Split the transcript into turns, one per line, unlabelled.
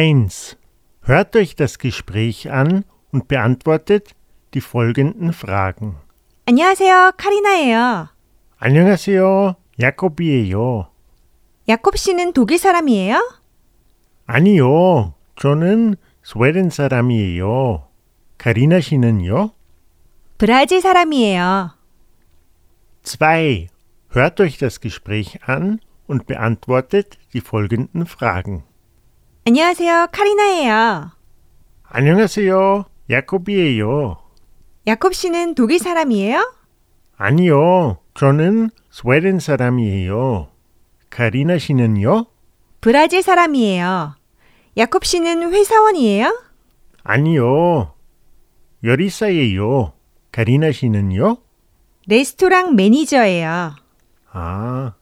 1. Hört euch das Gespräch an und beantwortet die folgenden Fragen.
안녕하세요. 카리나예요.
안녕하세요. 야곱이에요.
야콥 씨는 독일 사람이에요?
아니요. 저는 스웨덴 사람이에요. 카리나 씨는요?
브라질 사람이에요.
2. Hört euch das Gespräch an und beantwortet die folgenden Fragen.
안녕하세요. 카리나예요.
안녕하세요. 야곱이에요.
야콥 씨는 독일 사람이에요?
아니요. 저는 스웨덴 사람이에요. 카리나 씨는요?
브라질 사람이에요. 야콥 씨는 회사원이에요?
아니요. 요리사예요. 카리나 씨는요?
레스토랑 매니저예요.
아,